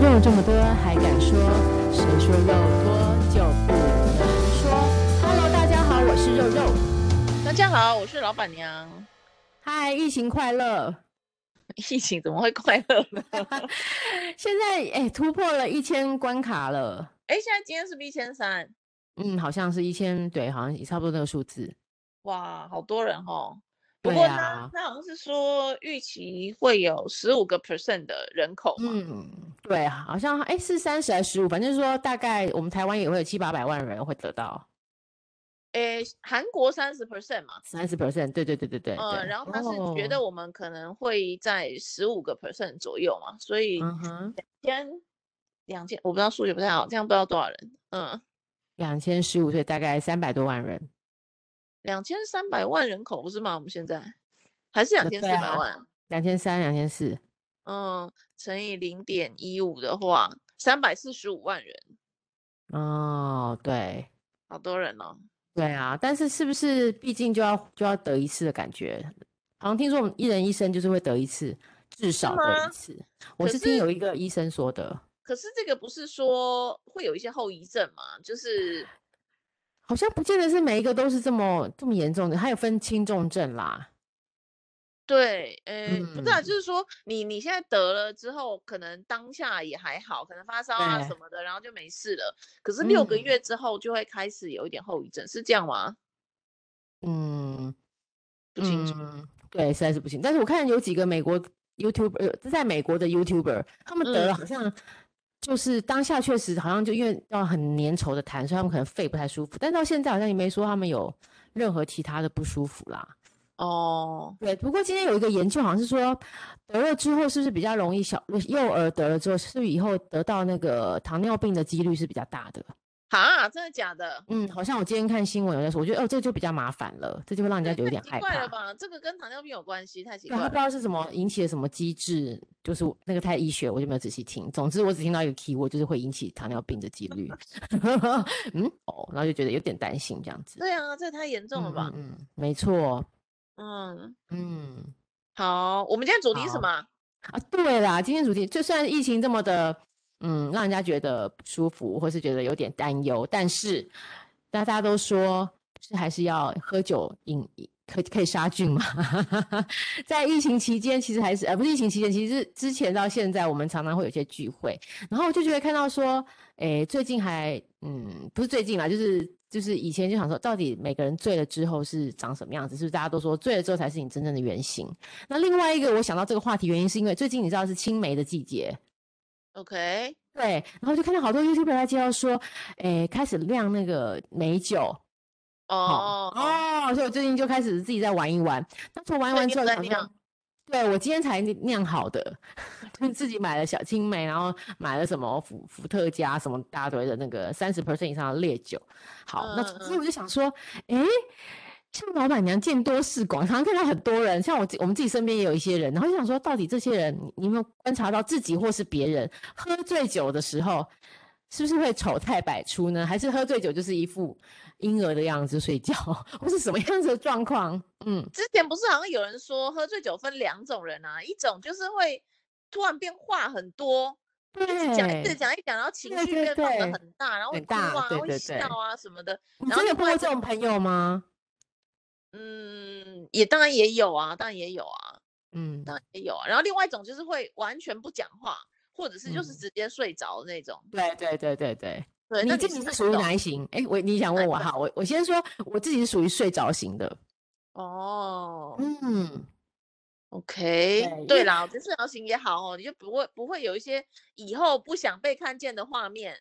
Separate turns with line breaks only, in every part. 肉这么多，还敢说？谁说肉多就不能说？Hello，大家好，我是肉肉。
大家好，我是老板娘。
嗨，疫情快乐！
疫情怎么会快乐呢？
现在哎、突破了一千关卡了。
哎，现在今天是不是一千三？
嗯，好像是一千，对，好像也差不多那个数字。
哇，好多人哦。不
对
过呢，
啊
那好像是说预期会有十五个 percent 的人口嘛。
嗯，对，好像哎是三十还是十五，反正就是说大概我们台湾也会有七八百万人会得到
诶，韩国三十 percent 嘛。
三十 percent。对对对对对。对
嗯，然后他是觉得
哦
我们可能会在十五个 percent 左右嘛，所以
嗯哼，
千两千，我不知道数学不太好，这样不知道多少人。嗯，
两千十五岁大概三百多万人。
两千三百万人口不是吗？我们现在还是两千四
对啊
百万。
两千三、两千四，
嗯，乘以零点一五的话，三百四十五万人，
哦，对，
好多人哦。
对啊，但是是不是毕竟就要就要得一次的感觉？好像听说我们一人一生就是会得一次，至少得
吗
一次。我
可
是听
是
有一个医生说的，
可是这个不是说会有一些后遗症嘛？就是
好像不见得是每一个都是这么这么严重的，它有分轻重症啦。
对，呃，不知道，
嗯
就是说你你现在得了之后，可能当下也还好，可能发烧啊什
对
么的，然后就没事了。可是六个
嗯
月之后就会开始有一点后遗症，是这样吗？
嗯
不清楚。
嗯，对，实在是不行。但是我看有几个美国 YouTuber，呃在美国的 YouTuber，他们得了
嗯
好像。就是当下确实好像就因为要很粘稠的痰，所以他们可能肺不太舒服，但到现在好像也没说他们有任何其他的不舒服啦。
哦，
对，不过今天有一个研究，好像是说得了之后是不是比较容易小幼儿得了之后，是不是以后得到那个糖尿病的几率是比较大的？
哈，真的假的？
嗯，好像我今天看新闻有在说，我觉得哦，这就比较麻烦了，这就会让人家
这
有
太
点
奇
害
怪
怕
了。吧？这个跟糖尿病有关系，太奇
对，
怪
他不知
了。
道是什么引起了什么机制，就是我那个太医学，我就没有仔细听。总之，我只听到一个 keyword，就是会引起糖尿病的几率。 嗯，哦，然后就觉得有点担心这样子。
对啊，这太严重了
嗯
吧？
嗯嗯，没错。
嗯，
嗯。
好，我们今天主题是
好
什么啊？
啊，对啦，今天主题就算疫情这么的，嗯，让人家觉得不舒服，或是觉得有点担忧，但是大家都说，是还是要喝酒饮，饮可可以杀菌嘛？ 在疫情期间，其实还是呃，不是疫情期间，其实之前到现在，我们常常会有一些聚会，然后我就觉得看到说，诶，最近还，嗯，不是最近啦，就是。就是以前就想说，到底每个人醉了之后是长什么样子？是不是大家都说醉了之后才是你真正的原型？那另外一个我想到这个话题原因，是因为最近你知道是青梅的季节，
OK，
对，然后就看到好多 YouTuber 在介绍说，诶，开始酿那个美酒，
哦哦，
哦，所以我最近就开始自己在玩一玩。那从玩一
所以
玩
你
之
有
后，
在
好像
酿
对我今天才酿好的， 就是自己买了小青梅，然后买了什么伏伏特加什么大堆的那个三十 percent 以上的烈酒。好，那
嗯
所以我就想说，诶，像老板娘见多识广，常常看到很多人，像我自我们自己身边也有一些人，然后就想说，到底这些人，你你有没有观察到自己或是别人喝醉酒的时候，是不是会丑态百出呢？还是喝醉酒就是一副婴儿的样子睡觉，或是什么样子的状况？嗯，
之前不是好像有人说喝醉酒分两种人啊，一种就是会突然变话很多，
对，
一直讲一直讲一讲，然后情
对
绪
对
变放
对
的很大，然后会
很
哭
大
啊，
对
会
对
笑
对
啊什么的。
你
然后
真的
另
碰过
外一
这
种
种朋友吗？
嗯，也当然也有啊，当然也有啊，
嗯，
当然也有啊。然后另外一种就是会完全不讲话，或者是就是
嗯
直接睡着的那种。
对对对对对。
对，
你
那
自
是
己是
哪一
属于
种
哪一型？哎，我你想
哪
问
一
我
种
哈，我我先说我自己是属于睡着型的。
哦
嗯，对
，OK，
因为
对啦，我觉得睡着型也好哦，你就不会不会有一些以后不想被看见的画面。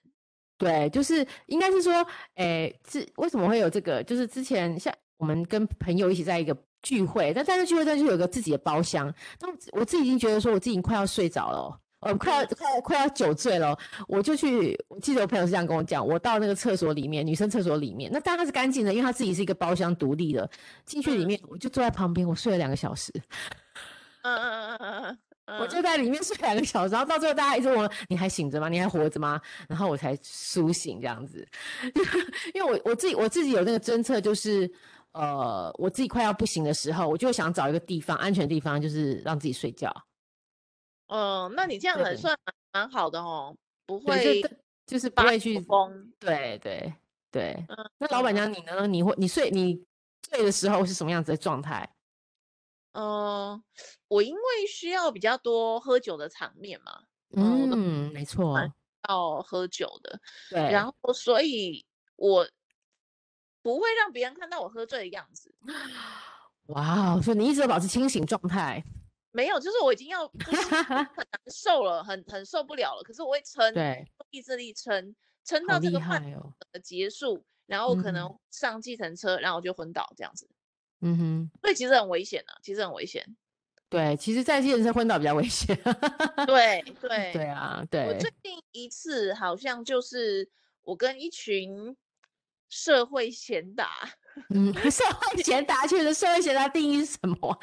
对，就是应该是说，诶，之为什么会有这个？就是之前像我们跟朋友一起在一个聚会，但在那聚会上就有个自己的包厢，但我自我自己已经觉得说我自己已经快要睡着了哦，呃，快要
嗯
快要快要酒醉了哦，我就去，我记得我朋友是这样跟我讲，我到那个厕所里面，女生厕所里面，那当然它是干净的，因为它自己是一个包厢独立的，进去里
嗯
面我就坐在旁边，我睡了两个小时。
嗯嗯嗯嗯嗯嗯，
我就在里面睡两个小时，然后到最后大家一直问我：“你还醒着吗？你还活着吗？”然后我才苏醒这样子， 因为我我自己我自己有那个侦测，就是呃我自己快要不行的时候，我就会想找一个地方安全的地方，就是让自己睡觉。
嗯，那你这样很
对
算蛮蛮好的哦。不
对，
会
就就是不
发
会
什
去
么疯。
对对对，
嗯
那老板娘你呢？你会你睡你睡的时候是什么样子的状态？
嗯、呃我因为需要比较多喝酒的场面嘛，嗯我都
嗯，没错，
要喝酒的，
对，
然后所以我不会让别人看到我喝醉的样子，
哇哦，所以你一直都保持清醒状态，
没有，就是我已经要不舒服很难受了，很很受不了了，可是我会 撑，
对，
用意志力撑，撑
好
到这
厉
个饭
害哦，
的结束，然后可
嗯
能上计程车，然后我就昏倒这样子，
嗯哼，
所以其实很危险的、啊其实很危险。
对，其实在健身昏倒比较危险，
对对
对啊，
我
对
最，近一次好像就是我跟一群社会贤达，
嗯，社会贤达确实，社会贤达定义是什么？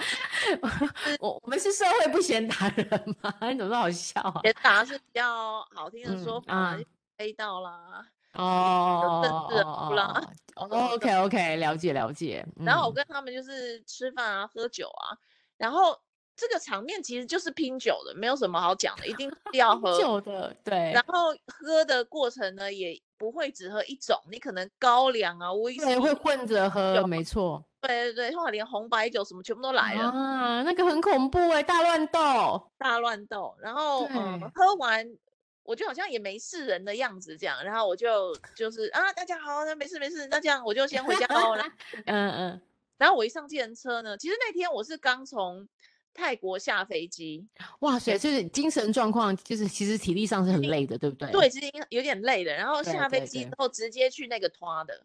我我们是社会不贤达人吗？你怎么那么好笑啊？
贤达是比较好听的说
嗯
法啦，
啊
就黑道啦。
哦
政治人
哦
物啦
哦哦
什么的
，OK OK，了解了解。
然后我
嗯
跟他们就是吃饭啊、喝酒啊，然后这个场面其实就是拼酒的，没有什么好讲的，一定是 要
挺
喝。
久的，对
然后喝的过程呢，也不会只喝一种，你可能高粱啊、威士
对，会
忌，
混着喝，没错
对对对，后来连红白酒什么全部都来了，
啊，那个很恐怖哎，大乱斗，
大乱斗。然后嗯，
对
喝完我就好像也没事人的样子这样，然后我就就是啊，大家好，那没事没事，那这样我就先回家 喽。然后
嗯嗯，
然后我一上计程车呢，其实那天我是刚从泰国下飞机，
哇塞，就是精神状况，就是其实体力上是很
力
累的，对不对？
对，，其实已经有点累了。然后
对
下飞
对
机
对
之后直接去那个团的，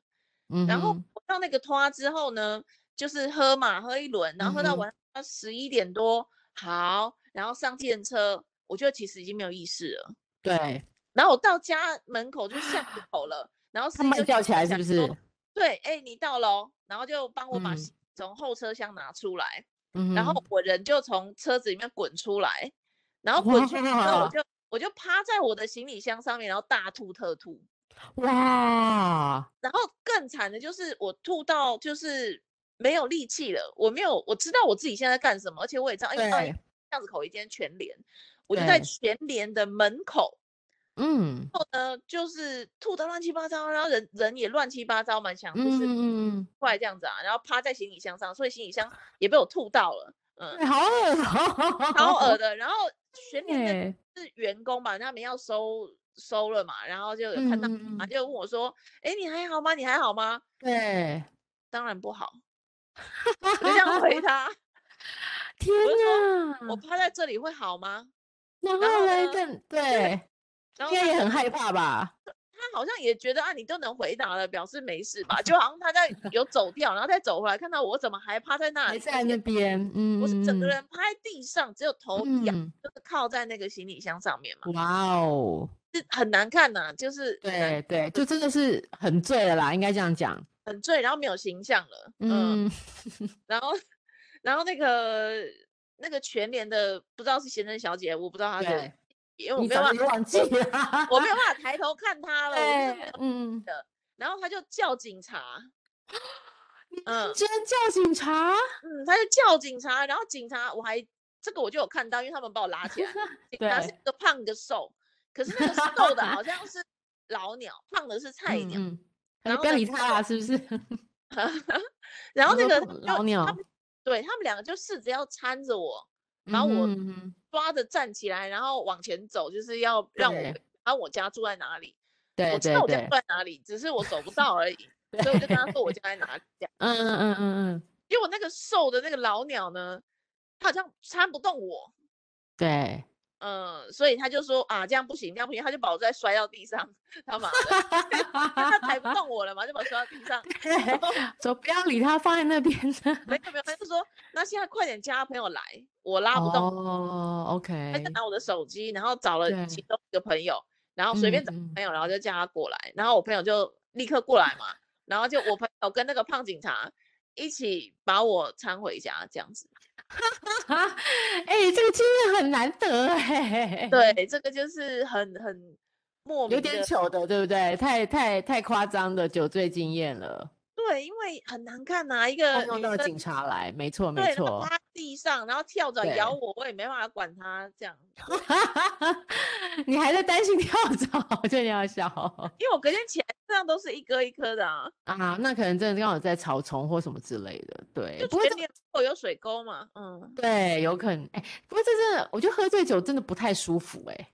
嗯
然后
哼
我到那个拖之后呢，就是喝嘛，喝一轮，然后喝到
嗯哼
晚上十一点多，好，然后上计程车，我就其实已经没有意识了。
对，
然后我到家门口就 巷子口了，然后司
他
机
们
就
吊起来是
想
不
说
是？
对，哎、你到喽、然后就帮我把
嗯
行李从后车厢拿出来，
嗯哦
然后
哼
我人就从车子里面滚出来，然后滚出来之后，
哇
我 就我就趴在我的行李箱上面，然后大吐特吐。
哇，
然后更惨的就是我吐到就是没有力气了，我没有我知道我自己现在在干什么，而且我也知道，因哎为到
对，
巷子口一间全联，我就在
对
全联的门口，
嗯
然后呢就是吐的乱七八糟，然后人人也乱七八糟，蛮想
嗯
就是
嗯嗯，
快这样子啊，然后趴在行李箱上，所以行李箱也被我吐到了，嗯，
对哎好恶，
超 恶，的。然后全联的
对，
是员工吧，他们要收收了嘛，然后就有
嗯
看到，
嗯
他
嗯，
就问我说：“哎，你还好吗？你还好吗？”
对，
当然不好。我 就这样回他，
天
就
呐，
我趴在这里会好吗？
然
然
后
后
嘞
呢
更对，
然
应
后
该
他
也
就
很害怕吧？
他好像也觉得啊，你都能回答了，表示没 事吧？就好像他在有走掉，然后再走回来，看到我怎么还趴在那
还
里，而
在
且
那边，嗯，
啊 我是整个
嗯
人趴在地上，只有头啊仰，
嗯，
就是靠在那个行李箱上面嘛，
哇哦，
是很难看呐、啊就是很难
对对，就真的是很醉了啦，应该这样讲，
很醉，然后没有形象了，嗯
嗯，
然后然后那个那个全联的不知道是贤贞小姐，我不知道她
对
的，，啊因为我
你
没有
早
办
就
法，
忘记了，
我没有办法抬头看她了，我就是没
对
有，
嗯，
然后他就叫警察，嗯
居然叫警察，
嗯，他就叫警察，然后警察我还这个我就有看到，因为他们把我拉 起来，警察是
对
一个胖一个瘦，可是那个瘦的好像是老鸟，胖 的是菜
嗯
鸟，
嗯，哎
然后
不要
那
理
个
他啦，是不是？
然后
你
那
说
个
胖
他
老
们就他
鸟
们，对他们两个就试着要搀着我，然后我
嗯哼嗯哼
抓着站起来，然后往前走，就是要让我
对
回，然后我家住在哪里，
对
我知
对
道我家
对
住，在哪里，只是我走不到而已，所以我就跟他说我家在哪里，这样。
嗯嗯嗯嗯嗯，
结果那个瘦的那个老鸟呢，他好像搀不动我，
对，
嗯、所以他就说啊，这样不行，这样不行，他就把我再摔到地上，他妈的，因为他抬不动我了嘛，就把我摔到地上。然后
说不要理他，放在那边，
没有没有，他就说那现在快点叫他朋友来，我拉不动，
哦
他就
，OK，
拿我的手机，然后找了
对
其中一个朋友，然后随便找
嗯嗯
朋友，然后就叫他过来，然后我朋友就立刻过来嘛，然后就我朋友跟那个胖警察一起把我搀回家，这样子。
哎啊， 哎，这个经验很难得哎，。
对，这个就是很很莫
有
名
点
的，
糗的，对不对？太太太夸张的酒醉经验了。
对，因为很难看呐、一个
动用
女
到
生
警察来，没错没
对，然后
错
趴，在地上，然后跳蚤
对
咬我，我也没办法管它这样，
你还在担心跳蚤， 真的要笑
因为我隔天起来身上都是一颗一颗的啊，
啊！那可能真的刚好在草丛或什么之类的，对
就，
不过这
前面会有水沟嘛，嗯，
对有可能，哎、不过这真的，我觉得喝醉酒真的不太舒服、哎。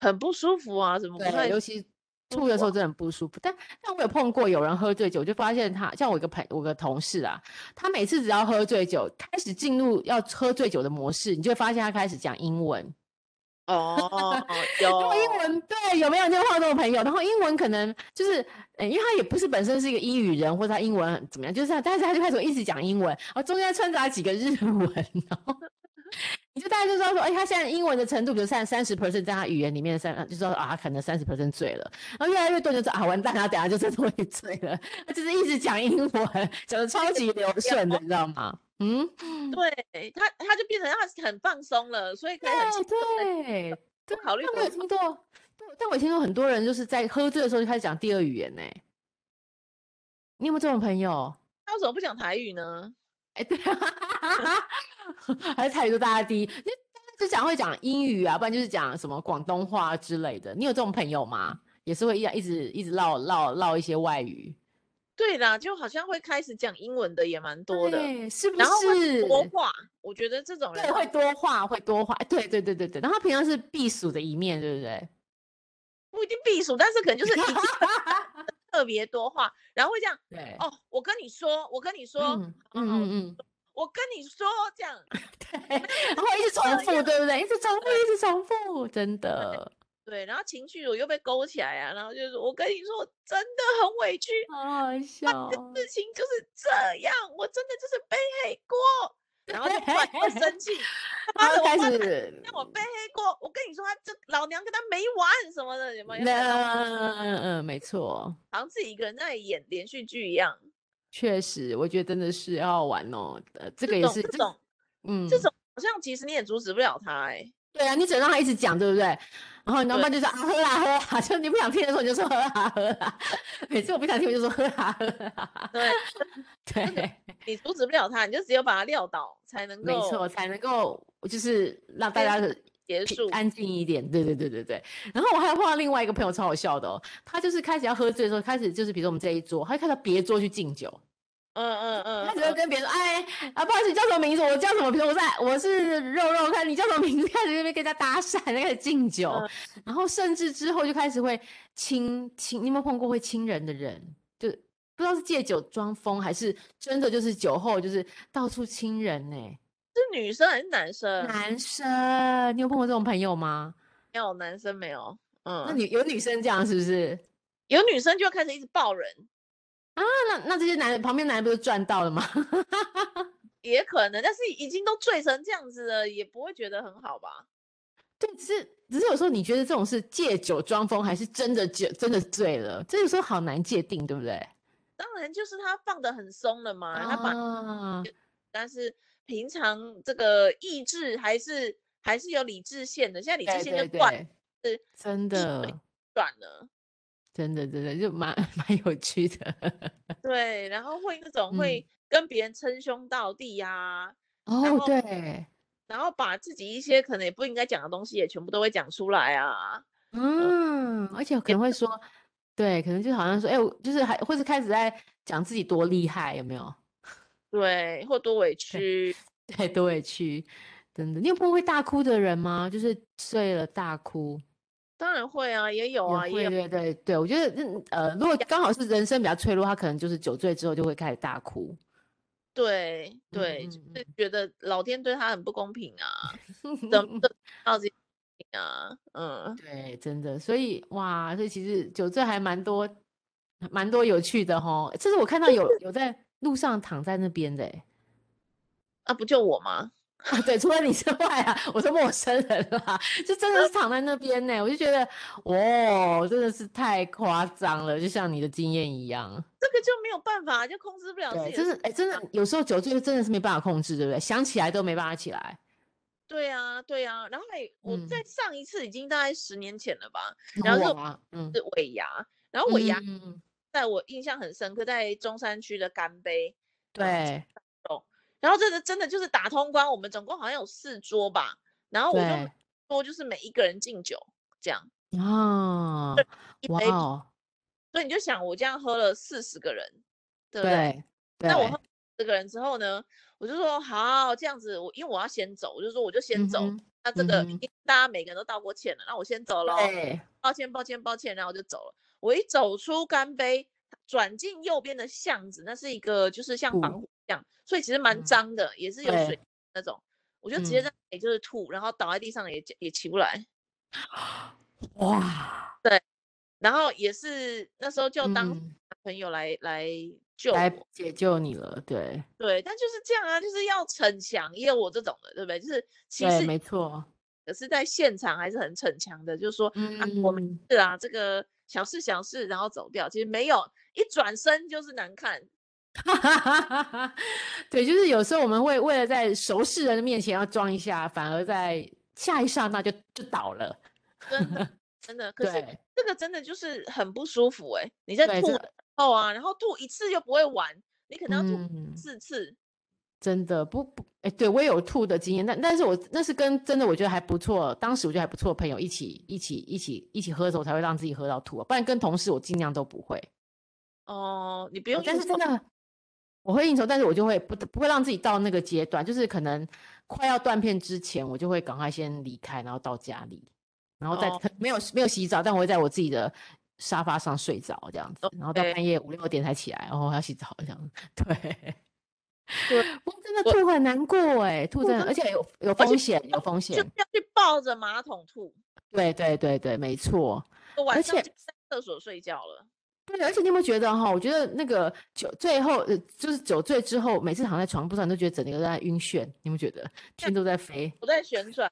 很不舒服啊，怎么不
对，
会
尤？其吐的时候真的很不舒服。但但我有碰过有人喝醉酒，就发现他像我一个朋我个同事啊，他每次只要喝醉酒，开始进入要喝醉酒的模式，你就会发现他开始讲英文。
哦，
因
有
为英文对有没有？你有碰到这种朋友？然后英文可能就是，呃，因为他也不是本身是一个英语人，或者他英文很怎么样，就是他，但是他就开始一直讲英文，然后中间穿杂几个日文，然后你就大概就知道说，哎，他现在英文的程度，比如三三十 percent 在他语言里面的三，就知道啊，他可能三十 percent 醉了，然后越来越多人就说啊，完蛋了，他等下就真的会醉了，他就是一直讲英文，讲的超级流顺的，你知道吗？嗯，
对他，他就变成他很放松了，所以可以很轻松地
对对，
不考虑
但我
头
有听过，但但我有听过很多人就是在喝醉的时候就开始讲第二语言呢、你有没有这种朋友？
他为什么不讲台语呢？
哎、对、啊， 还是台语都大家低，那就讲会讲英语啊，不然就是讲什么广东话之类的。你有这种朋友吗？也是会一样一直一直唠唠唠一些外语，
对啦，就好像会开始讲英文的也蛮多的，
对，是不
然后会
是？
多话，我觉得这种人
对，会多话，会多话，哎对对对对对。然后他平常是避暑的一面，对不对？
不一定避暑，但是可能就是一定 会特别多话，然后会这样
对，
哦，我跟你说，我跟你说，
嗯嗯
好好
嗯嗯。
我跟你说这样，
对，然后一直重复，对不对？一直重复，一直重复，真的。
对，然后情绪我又被勾起来啊，然后就是我跟你说，真的很委屈，
好好笑
事情就是这样，我真的就是背黑 锅，然后就突然会生气，
然
妈的，
后
我
开
妈的
始，
让我背黑锅，我跟你说，他这老娘跟他没完什么的，有没有？
嗯嗯嗯，没错，
好像自己一个人在演连续剧一样。
确实，我觉得真的是好好玩哦。呃，这个也
种
是，
这
个
种，
嗯，
这种好像其实你也阻止不了他哎、
对啊，你只能让他一直讲，对不对？然后你要不
对
然就是啊喝啦喝啦，就你不想听的时候你就说喝啦喝啦，每次我不想听我就说喝啦喝啦，
对，
对，
你阻止不了他，你就只有把他撂倒才能
没
够
错，才能够就是让大
对
家的
结
平
束。
安静一点。对对对对对。然后我还有碰到另外一个朋友超好笑的哦，他就是开始要喝醉的时候，开始就是比如说我们这一桌，他就开始到别桌去敬酒，
嗯嗯嗯，
他只会
嗯
跟别人说，哎啊，不好意思，你叫什么名字？我叫什么？比如我在我是肉肉，看你叫什么名字？开始那边跟他搭讪，开始敬酒，
嗯
然后甚至之后就开始会亲亲，你有没有碰过会亲人的人？就不知道是借酒装疯，还是真的就是酒后就是到处亲人呢、
是女生还是男生？
男生，你有碰过这种朋友吗？
没有男生没有，
那
嗯，
女有女生这样是不是？
有女生就开始一直抱人，
那那那这些男人旁边男人不是赚到了吗？
也可能，但是已经都醉成这样子了，也不会觉得很好吧？
对，只是只是有时候你觉得这种是借酒装疯，还是真的酒真的醉了？这有时候好难界定，对不对？
当然就是他放得很松了嘛，他把，
啊，
但是平常这个意志还是还是有理智线的，现在理智
对
线就
对
断
对
是，
真的
断了，
真的真的就蛮 蛮有趣的。
对，然后会那种
嗯
会跟别人称兄道弟呀、
哦，
后
对，
然后把自己一些可能也不应该讲的东西也全部都会讲出来啊。
嗯，
呃
而且可能会说，对，可能就好像说，哎、我就是还或是开始在讲自己多厉害，有没有？
对，或多委屈，
对，多委屈，真的。你有碰过会大哭的人吗？就是睡了大哭，
当然会啊，也有啊，也
会
有。
对对对，我觉得嗯呃，如果刚好是人生比较脆弱，他可能就是酒醉之后就会开始大 哭。
对对，
嗯
就
嗯
是觉得老天对他很不公平 啊，怎么得到这些事情啊？嗯，
对，真的。所以哇，所以其实酒醉还蛮多，蛮多有趣的哈。这是我看到有有在路上躺在那边的欸、
啊，不就我吗？
啊，对，除了你之外啊，我是陌生人啦，就真的是躺在那边呢、我就觉得，哦，真的是太夸张了，就像你的经验一样。
这个就没有办法，就控制不了自
对，
己的啊
真
事。
的，哎，真的，有时候酒醉真的是没办法控制，对不对？想起来都没办法起来。
对啊，对啊。然后还我
嗯
在上一次已经大概十年前了吧，然
然
后
后
就
我啊，嗯，
是尾牙，然后尾牙
嗯，嗯嗯
在我印象很深刻，在中山区的干杯，
对，
然后这个真的就是打通关，我们总共好像有四桌吧，然后我就
对
每，桌就是每一个人敬酒这样，
啊，
一
哇
杯，
哦，
所以你就想我这样喝了四十个人，对不对？
对，
那我
对
喝这个人之后呢，我就说好这样子，我因为我要先走，我就说我就先
嗯
走。
哼
那这
嗯
个
哼
已经大家每个人都道过歉了，那我先走了，
对，
抱歉抱歉抱歉，然后我就走了。我一走出干杯，转进右边的巷子，那是一个就是像
吐
防火巷，所以其实蛮
嗯
脏的，也是有
对
水那种。我就直接
嗯
在那里就是吐，然后倒在地上也也起不来，
哇，
然后也是那时候就当
嗯
朋友来来救
来
我，
解救你了，对，
对，但就是这样啊，就是要逞强，也有我这种的，对不对？就是其
对，
实
没错，
可是在现场还是很逞强的，就是说、啊，我们
嗯，
是啊，这个小事小事，然后走掉，其实没有，一转身就是难看，
哈哈哈哈嗯 对，就是有时候我们会为了在熟识人的面前要装一下，反而在下一刹那就就倒了，
真 的真的。可是
对，
这个真的就是很不舒服哎、你在
对
吐
这
的时候啊，然后吐一次又不会完，你可能要吐
嗯。
四次，
真的不不，哎，对我也有吐的经验，但但是我那是跟真的我觉得还不错，当时我觉得还不错的朋友一起一起一起一起喝的时候才会让自己喝到吐啊，不然跟同事我尽量都不会。
哦、你不
对
用
但
应
是真
酬
的我会应酬，但是我就会不不会让自己到那个阶段，就是可能快要断片之前，我就会赶快先离开，然后到家里，然后再、
哦
可没有没有洗澡，但我会在我自己的沙发上睡着这样子，然后到
哦 OK
半夜五六点才起来，然后还要洗澡这样子。 对，
对
我真的
我
吐很难过哎、吐
吐
真的，
真
而且有有
而且
风险，有风
就
险
是。要去抱着马桶吐，
对对对对，没错。
我晚
而
上
且
就在厕所睡觉了。
对，而且你有没有觉得哈？我觉得那个酒最后，呃，就是酒醉之后，每次躺在床铺上，你都觉得整个人都在晕眩，你有没有觉得天都在飞？
我在旋转，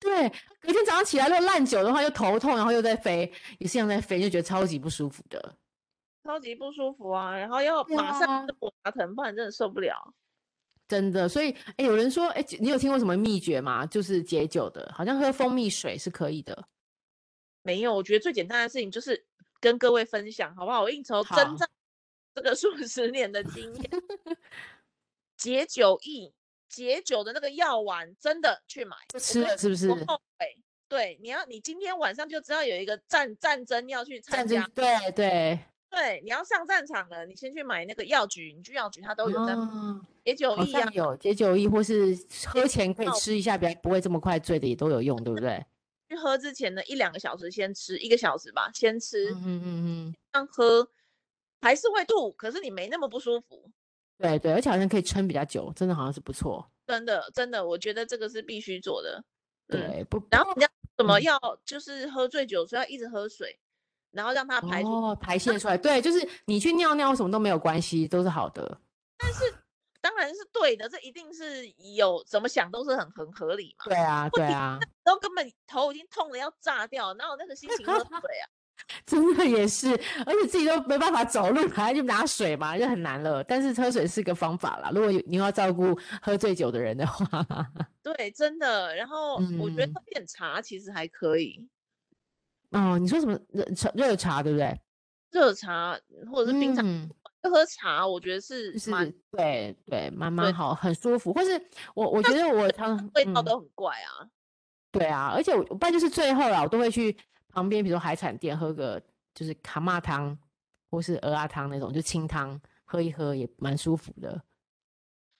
对，隔天早上起来如果烂酒的话，又头痛，然后又在飞，也是一样在飞，就觉得超级不舒服的。
超级不舒服啊！然后要
对
马
啊
上我拿疼，不然真的受不了。
真的，所以哎，有人说哎，你有听过什么秘诀吗？就是解酒的，好像喝蜂蜜水是可以的。
没有，我觉得最简单的事情就是跟各位分享，好不好？我应酬
好
征战 这个数十年的经验，解酒液、解酒的那个药丸，真的去买，
就
我
吃
跟
了是不
你
是
不？后悔。对，你要你今天晚上就知道有一个战战争要去参
战争
加，
对对，
对，你要上战场了，你先去买那个药局，你去药局它都有在卖
哦
解酒
好
液啊
像，有解酒液，或是喝前可以
药
吃一下，比较不会这么快醉的，也都有用，对不对？
去喝之前的一两个小时先吃，一个小时吧，先吃，
嗯嗯嗯嗯，
这样喝还是会吐，可是你没那么不舒服。
对对，而且好像可以撑比较久，真的好像是不错。
真的，真的，我觉得这个是必须做的。嗯，
对，不，
然后人家怎么
嗯
要就是喝醉酒，所以要一直喝水，然后让它排出。
哦，排 泄出来，对，就是你去尿尿什么都没有关系，都是好的。
当然是对的，这一定是有怎么想都是很很合理嘛。
对啊，对 啊，
然后根本头已经痛的要炸掉，哪有那个心 情喝水啊？
真的也是，而且自己都没办法走路，还去拿水嘛，就很难了。但是喝水是个方法啦，如果有你要照顾喝醉酒的人的话，
对，真的。然后我觉得
嗯
喝点茶其实还可以，
哦，你说什么热茶热茶对不对？
热茶或者是冰茶，
嗯
喝茶我觉得是
就是
蛮
对对，蛮蛮
对
好，很舒服。或是我我觉得我常
味道
嗯
都很怪啊。
对啊，而且我我不然就是最后啦，我都会去旁边，比如说海产店喝个就是卡玛汤，或是鹅啊汤那种，就清汤喝一喝也蛮舒服的。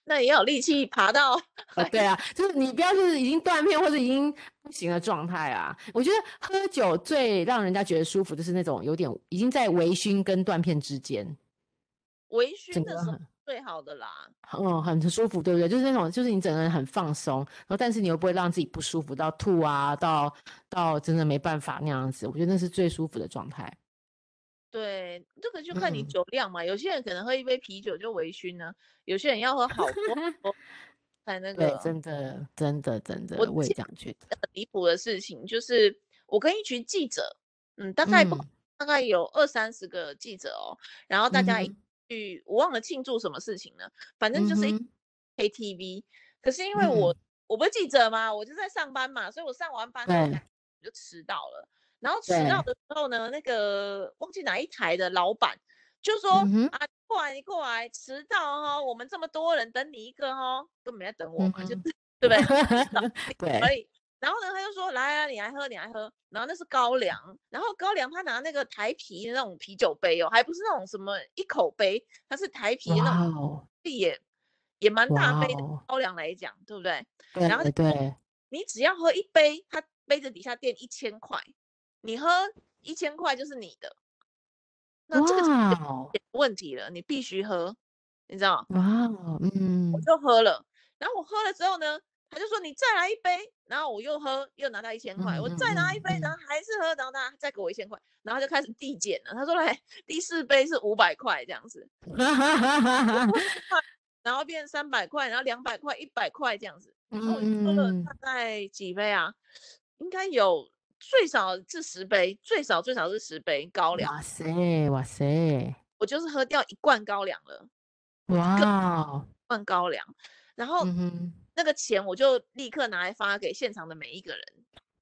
那也要有力气爬到
呃，对啊，就是你不要就是已经断片或者已经不行的状态啊。我觉得喝酒最让人家觉得舒服，就是那种有点已经在微醺跟断片之间，
微醺
整
的
个
时候
很
最好的啦。
嗯很舒服，对不对？就是那种就是你整个人很放松，然后但是你又不会让自己不舒服到吐啊，到到真的没办法那样子。我觉得那是最舒服的状态。
对，这个就看你
嗯
酒量嘛。有些人可能喝一杯啤酒就微醺呢，有些人要喝好多 多才那
对
个。，
真的，真的，真的，
我
我也
记
这样觉得。
很离谱的事情就是，我跟一群记者，嗯，大概不、
嗯
大概有二三十个记者哦，然后大家一
嗯哼
去，我忘了庆祝什么事情了，反正就是一
嗯哼
KTV。可是因为我、
嗯
我不是记者嘛，我就在上班嘛，所以我上完班之后
对
我就迟到了。然后迟到的时候呢，那个忘记哪一台的老板，就说、
嗯哼
啊，你过来，你过来，迟到哈、哦，我们这么多人等你一个哈、哦，根本没在等我嘛，就对不对？
嗯 对，
所以，然后呢，他就说来来，你来喝，你来喝。然后那是高粱，然后高粱他拿那个台啤的那种啤酒杯哦，还不是那种什么一口杯，它是台啤的那
哇
种，
哦，
也也蛮大杯的
哇哦
高粱来讲，对不对？
对
然后
对对，
你只要喝一杯，它杯子底下垫一千块，你喝一千块就是你的。那这个就
哇哦，
有问题了，你必须喝，你知道吗？
哇哦，嗯
我，就喝了，然后我喝了之后呢，他就说你再来一杯，然后我又喝，又拿到一千块，我
嗯
再拿
嗯
一杯，
嗯
然后还是喝，然后他再给我一千块，然后他就开始递减了。他说来第四杯是五百块这样子，然后变三百块，然后两百块、一百块这样子。然后我就喝了
嗯
大概几杯啊？应该有最少是十杯，最少最少是十杯高 粱，
哇塞，哇塞，
我就是喝掉一罐高粱了，
哇哦，
一罐高粱，然后
嗯哼，
那个钱我就立刻拿来发给现场的每一个人。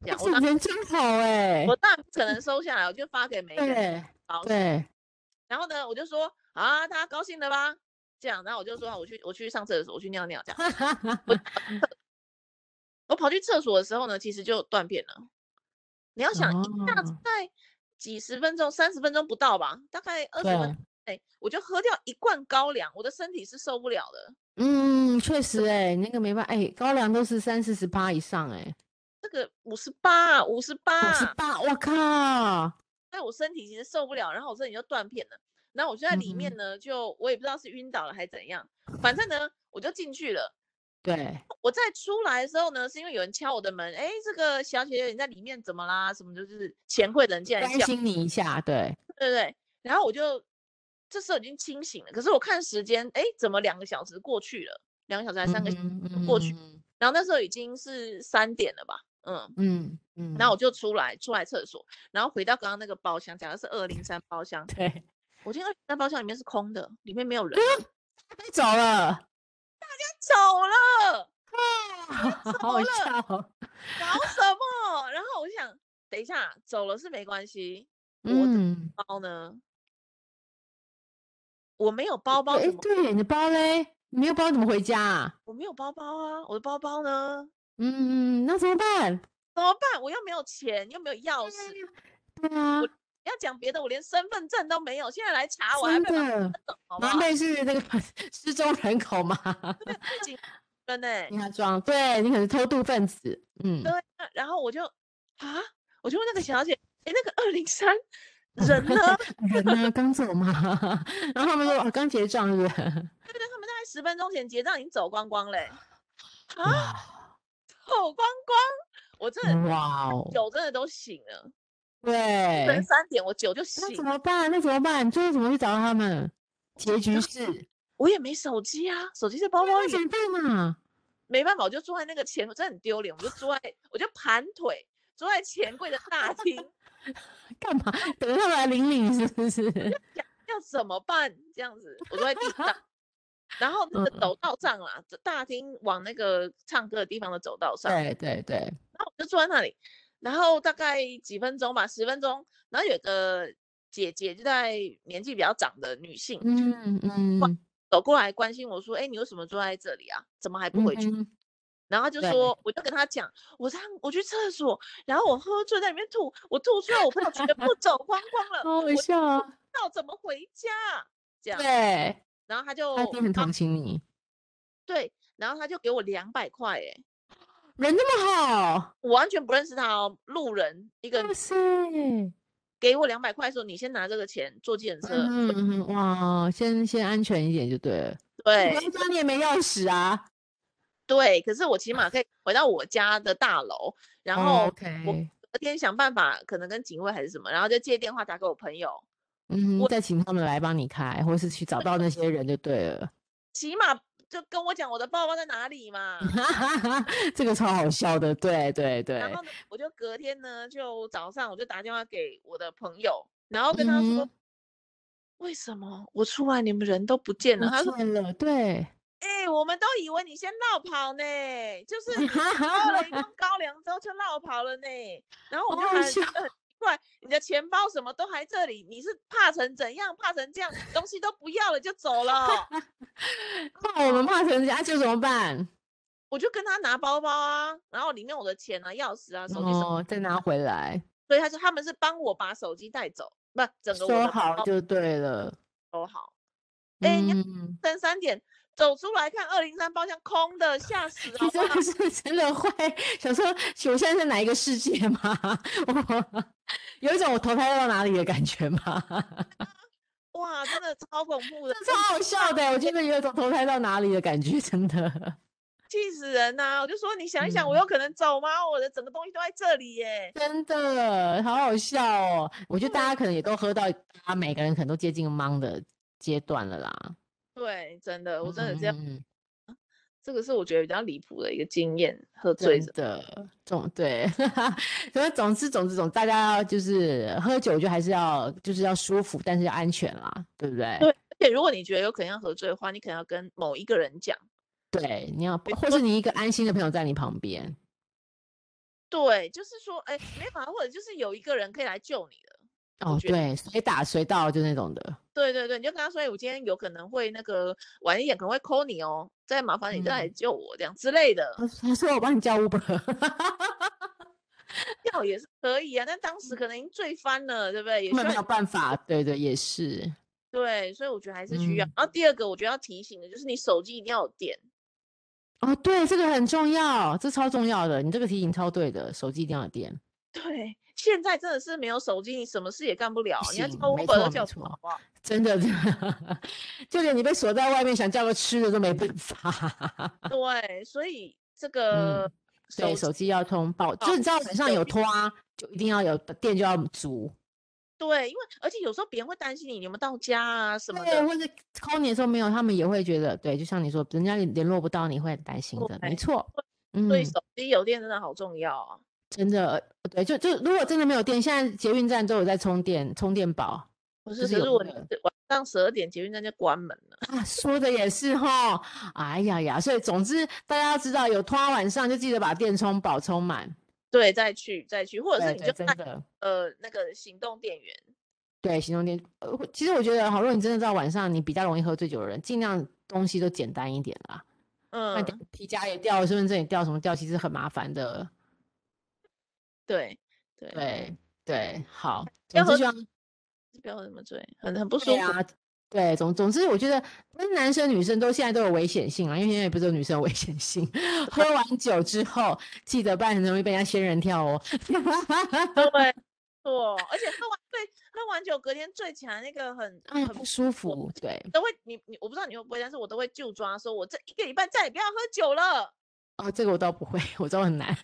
这样
哇
我当
这人真好哎
我，当然不可能收下来，我就发给每一个人
对
包。
对，
然后呢，我就说啊，大家高兴了吧？这样，然后我就说啊我去我去上厕所，我去尿尿。这样，我跑去厕所的时候呢，其实就断片了。你要想，一下子
哦
在几十分钟、三十分钟不到吧，大概二十分
对啊
钟，内，我就喝掉一罐高粱，我的身体是受不了的。
嗯，确实哎、那个没办法哎、高粱都是三四十八以上哎、
这个五十八，五十
欸，
八，
五十八，我靠，
所以我身体其实受不了，然后我身体就断片了。然后我就在里
嗯
面呢，就我也不知道是晕倒了还是怎样，反正呢，我就进去了。
对，
我在出来的时候呢，是因为有人敲我的门，哎，这个小姐姐你在里面怎么啦？什么就是前柜的人进来
担
笑，
心你一下，对，
对不对？然后我就这时候已经清醒了，可是我看时间，哎，怎么两个小时过去了？两个小时还是三个小时？
嗯
过去
嗯
然后那时候已经是三点了吧？嗯，
嗯嗯，
然后我就出来出来厕所，然后回到刚刚那个包厢，讲的是二零三包厢，
对，
我进二零三包厢里面是空的，里面没有人，啊
被走了，
走了。
好好
了
笑哦，
搞什么？然后我就想，等一下走了是没关系，我的
嗯，
包呢？我没有包包，
哎、
怎么？
对，你的包嘞，你没有包怎么回家、啊？
我没有包包啊，我的包包呢？
嗯嗯，那怎么办？
怎么办？我又没有钱，又没有钥匙，
对啊，
你要讲别的，我连身份证都没有。现在来查啊我，还
真
被马
的，
走，好不
南
好？
贝是那个 失踪人口 嘛，
自己真的欸。
你还装，对你可是偷渡分子，嗯，
对啊，然后我就啊，我就问那个小姐，哎，那个二零三人呢？
人呢刚走嘛， 然后他们说哦刚结账是不是？
对对，他们大概十分钟前结账已经走光光嘞、啊，
哇
走光光，我真的
哇哦，
酒真的都醒了，
对
凌，三点我酒就醒
哎那怎
了，
么办？那怎么办？最后怎么去找到他们？结局是
我也没手机啊，手机在包包
那
里
怎，么办嘛？
没办法，我就坐在那个前，我真的很丢脸，我就坐在，我就盘腿坐在钱柜的大厅，
干嘛？等着他们来领领是不是？
要怎么办？这样子，我坐在地上，然后那个
嗯
走道上啦，走大厅往那个唱歌的地方的走道上，
对对对，
然后我就坐在那里，然后大概几分钟吧，十分钟，然后有个姐姐就在年纪比较长的女性，
嗯嗯，
走过来关心我说：“哎、你为什么坐在这里啊？怎么还不回去？”
嗯
然后他就
对
说：“我就跟他讲，我上我去厕所，然后我喝醉在里面吐，我吐出来，我朋友全 部走光光了，
好
我
好
不知
笑啊！
道怎么回家。”啊这样，
对，
然后他就
他
啊
一定很
他
同情你，
对，然后他就给我两百块，哎，
人那么好，
我完全不认识他哦，路人一个
哇塞，
给我两百块说：“你先拿这个钱坐计程车。
嗯哼嗯哼哇，先先安全一点就对了。
对
回家你也没钥匙啊，
对，可是我起码可以回到我家的大楼，然
哦
后我
，OK，
隔天想办法，可能跟警卫还是什么，然后就借电话打给我朋友，
嗯哼，
我
再请他们来帮你开，或是去找到那些人就对了。。
起码就跟我讲我的包包在哪里嘛
这个超好笑的，对对对，
然后呢，我就隔天呢，就早上我就打电话给我的朋友，然后跟他说，
嗯
为什么我出来你们人都不见了？他说
不，见了，对，
哎、我们都以为你先绕跑呢， 就是你喝了一罐高粱之后就绕跑了呢。然后我
好
就
好
还
笑
觉得很奇怪，你的钱包什么都还这里，你是怕成怎样？怕成这样，东西都不要了就 走了，
哦怕我们怕成家就怎么办？
我就跟他拿包包啊，然后里面我的钱啊、钥匙啊、手机什么，
哦，再拿回来，
所以他说他们是帮我把手机带走，不，整个我
收
的包
好就对了。
收好。哎你要
嗯，
三三点走出来看二零三包厢空的，吓死 了
你
好不
这
好
不是真的会想说，我现在在哪一个世界吗？ 我有一种我投胎到哪里的感觉吗？
哇，真的超恐怖的，
这超好笑的，我觉得有一种投胎到哪里的感觉，真的。
气死人呐、我就说你想
嗯
一想，我有可能走吗？我的整个东西都在这里耶。
真的好好笑哦！我觉得大家可能也都喝到，大家每个人可能都接近懵的阶段了啦。
对，真的，我真的
嗯
这样，
嗯嗯
这个是我觉得比较离谱的一个经验，喝醉
真
着。
的总对， 所以总之总之总之，大家要就是喝酒就还是要就是要舒服，但是要安全啦，对不对？
对，而且如果你觉得有可能要喝醉的话，你可能要跟某一个人讲。
对，你要
没
或是你一个安心的朋友在你旁边，
对，就是说，哎，没法，或者就是有一个人可以来救你的。
哦，
觉得
对，谁打谁到就那种的，
对对对，你就跟他说，哎，我今天有可能会那个晚一点，可能会 call 你哦，再麻烦你再
嗯
来救我，这样之类的，
他呃他说我帮你叫 Uber，
要也是可以啊。但当时可能已经醉翻了，对不对？也
根嗯
需
本没
要
有办法，对对也是，
对，所以我觉得还是需要。
嗯
然后第二个，我觉得要提醒的就是你手机一定要有电。
哦，对，这个很重要，这超重要的，你这个提醒超对的，手机一定要有电，
对，现在真的是没有手机，你什么事也干不了。你要
行
抽
没
Uber
错
都
没
叫
错
不好不好？
真的， 就连你被锁在外面想叫个吃的都没办法。
对，所以 这个
嗯
手
对，手机要通报，就
报
你知道晚上
手
有
机
拖啊，就一定要有电就要足，
对，因为而且有时候别人会担心你，你有没有到家啊什么
对，
的。
或者 call 你的时候没有，他们也会觉得，对，就像你说，人家联联络不到，你会很担心的，没
对
错，
所以
嗯，
手机有电真的好重要啊。
真的，呃对，就就如果真的没有电，现在捷运站都有在充电充电宝
不，
就是是
可
有
是我
那个
晚上十二点捷运站就关门了。
啊，说的也是哈，哎呀呀，所以总之大家要知道，有拖晚上就记得把电充饱充满，
对，再去再去，或者
对
是你
对，
就
真
带
的。
呃那个行动电源。
对，行动电，呃，会其实我觉得，好，如果你真的到晚上，你比较容易喝醉酒的人，尽量东西都简单一点啦。那
嗯，
皮夹也掉，身份证也掉，什么掉，其实很麻烦的。
对对，
对对，好，
要
总之希
喝
望
不要那么醉，很很不舒
对
服。
啊，对，总总之，我觉得那男生女生都现在都有危险性啊，因为现在也不是有女生有危险性。 喝完酒之后，记得不然很容易被人家仙人跳哦。
对，错，而且喝完醉，喝完酒隔天醉起来那个很
嗯，
很
不
不
舒服，对。
都会你你我不知道你会不会，但是我都会就抓说，我这一个礼拜再也不要喝酒了。
哦，这个我倒不会， 我都很难。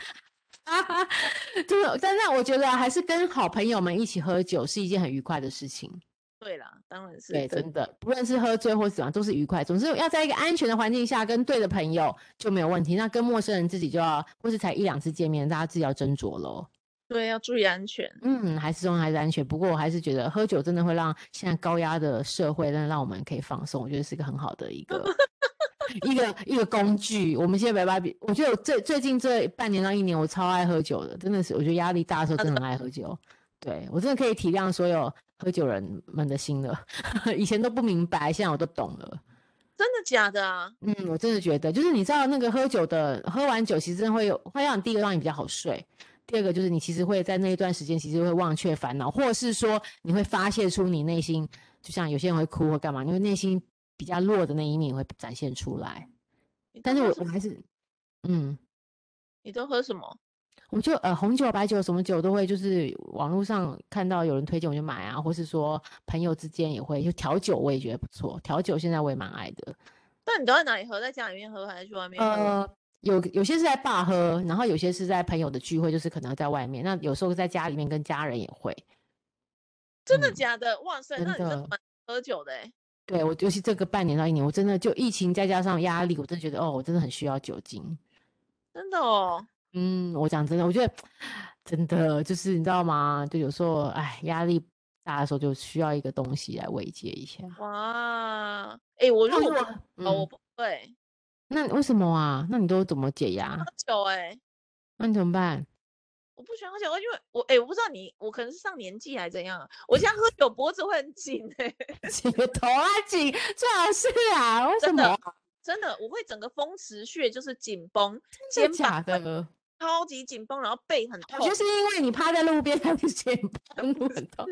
就是，但是我觉得还是跟好朋友们一起喝酒是一件很愉快的事情。
对啦，当然是
对，
的
真的，不论是喝醉或怎样，都是愉快。总之，要在一个安全的环境下跟对的朋友就没有问题。那跟陌生人自己就要，或是才一两次见面，大家自己要斟酌喽。
对，要注意安全。
嗯，还是重要还是安全。不过，我还是觉得喝酒真的会让现在高压的社会，真的让我们可以放松。我觉得是一个很好的一个一个一个工具。我们现在没办法比，我觉得我最最近这半年到一年，我超爱喝酒的，真的是，我觉得压力大的时候
啊
真的很爱喝酒。对我真的可以体谅所有喝酒人们的心了， 以前都不明白，现在我都懂了。
真的假的啊？
嗯，我真的觉得，就是你知道那个喝酒的，喝完酒其实真的会有，会让你第一个让你比较好睡，第二个就是你其实会在那一段时间其实会忘却烦恼，或是说你会发泄出你内心，就像有些人会哭或干嘛，因为内心比较弱的那一面会展现出来。
你
但
都
是我
喝什
我
么
还是，嗯，
你都喝什么？
我就呃红酒、白酒什么酒都会，就是网络上看到有人推荐我就买啊，或是说朋友之间也会，就调酒我也觉得不错，调酒现在我也蛮爱的。
那你都在哪里喝？在家里面喝还是去外面喝？
呃，有有些是在爸喝，然后有些是在朋友的聚会，就是可能在外面。那有时候在家里面跟家人也会。
真的
嗯
假的？哇塞，
真
那你真的
的
蛮喝酒的欸
对我，尤其这个半年到一年，我真的就疫情再加上压力，我真的觉得哦，我真的很需要酒精。
真的哦。
嗯，我讲真的，我觉得真的就是你知道吗？就有时候哎，压力大的时候就需要一个东西来慰藉一下。
哇，哎，我如
那
果
如果
不哦，我
嗯，
不会
那为什么啊？那你都怎么解压
喝？酒哎。
那你怎么办？
我不喜欢喝酒，因为我哎、我不知道你，我可能是上年纪还是怎样啊，
嗯
我现在喝酒脖子会很紧 哎、
紧个头啊，紧，最好是啊，为什
真
么
的
啊？
真的，我会整个风池穴就是紧绷，
真
肩
的假
膀会
的？
超级紧绷，然后背很
我
痛
觉得。是因为你趴在路边， 他的肩膀路很 痛。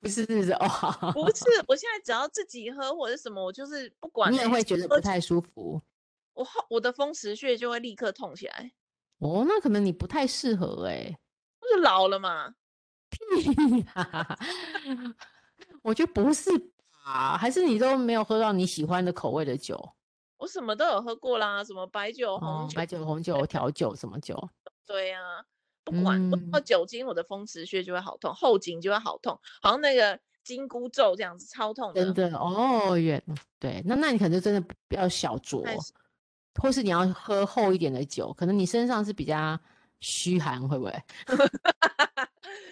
不是，是不是？哦，好
不是，我现在只要自己喝或者是什么，我就是不管
你
欸、
也会觉得
喝
不太舒服
我后我的风池穴就会立刻痛起来，
哦，那可能你不太适合哎、
我就老了嘛。
我觉得不是吧？还是你都没有喝到你喜欢的口味的酒？
我什么都有喝过啦，什么白酒、红
哦，
酒，
白酒、红酒、调酒什么酒？
对啊，不管我喝
嗯
酒精，我的风池穴就会好痛，后颈就会好痛，好像那个金箍咒这样子，超痛
真的哦，也对，那那你可能就真的不要小酌，
是
或是你要喝厚一点的酒，可能你身上是比较虚寒，会不 会？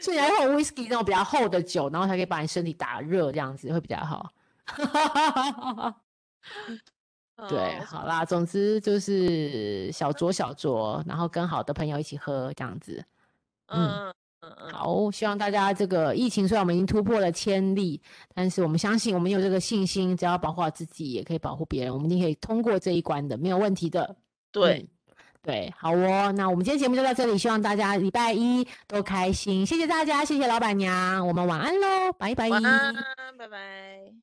所以你要用 whisky 那种比较厚的酒，然后才可以把你身体打热，这样子会比较好。 对，
嗯
好啦，总之就是小酌小酌，然后跟好的朋友一起喝这样子。嗯
嗯嗯嗯，
好，希望大家这个疫情虽然我们已经突破了千例，但是我们相信我们有这个信心，只要保护好自己，也可以保护别人，我们一定可以通过这一关的，没有问题的。
对，
嗯对，好哦，那我们今天节目就到这里，希望大家礼拜一都开心，谢谢大家，谢谢老板娘，我们晚安喽，拜拜。
晚安，拜拜。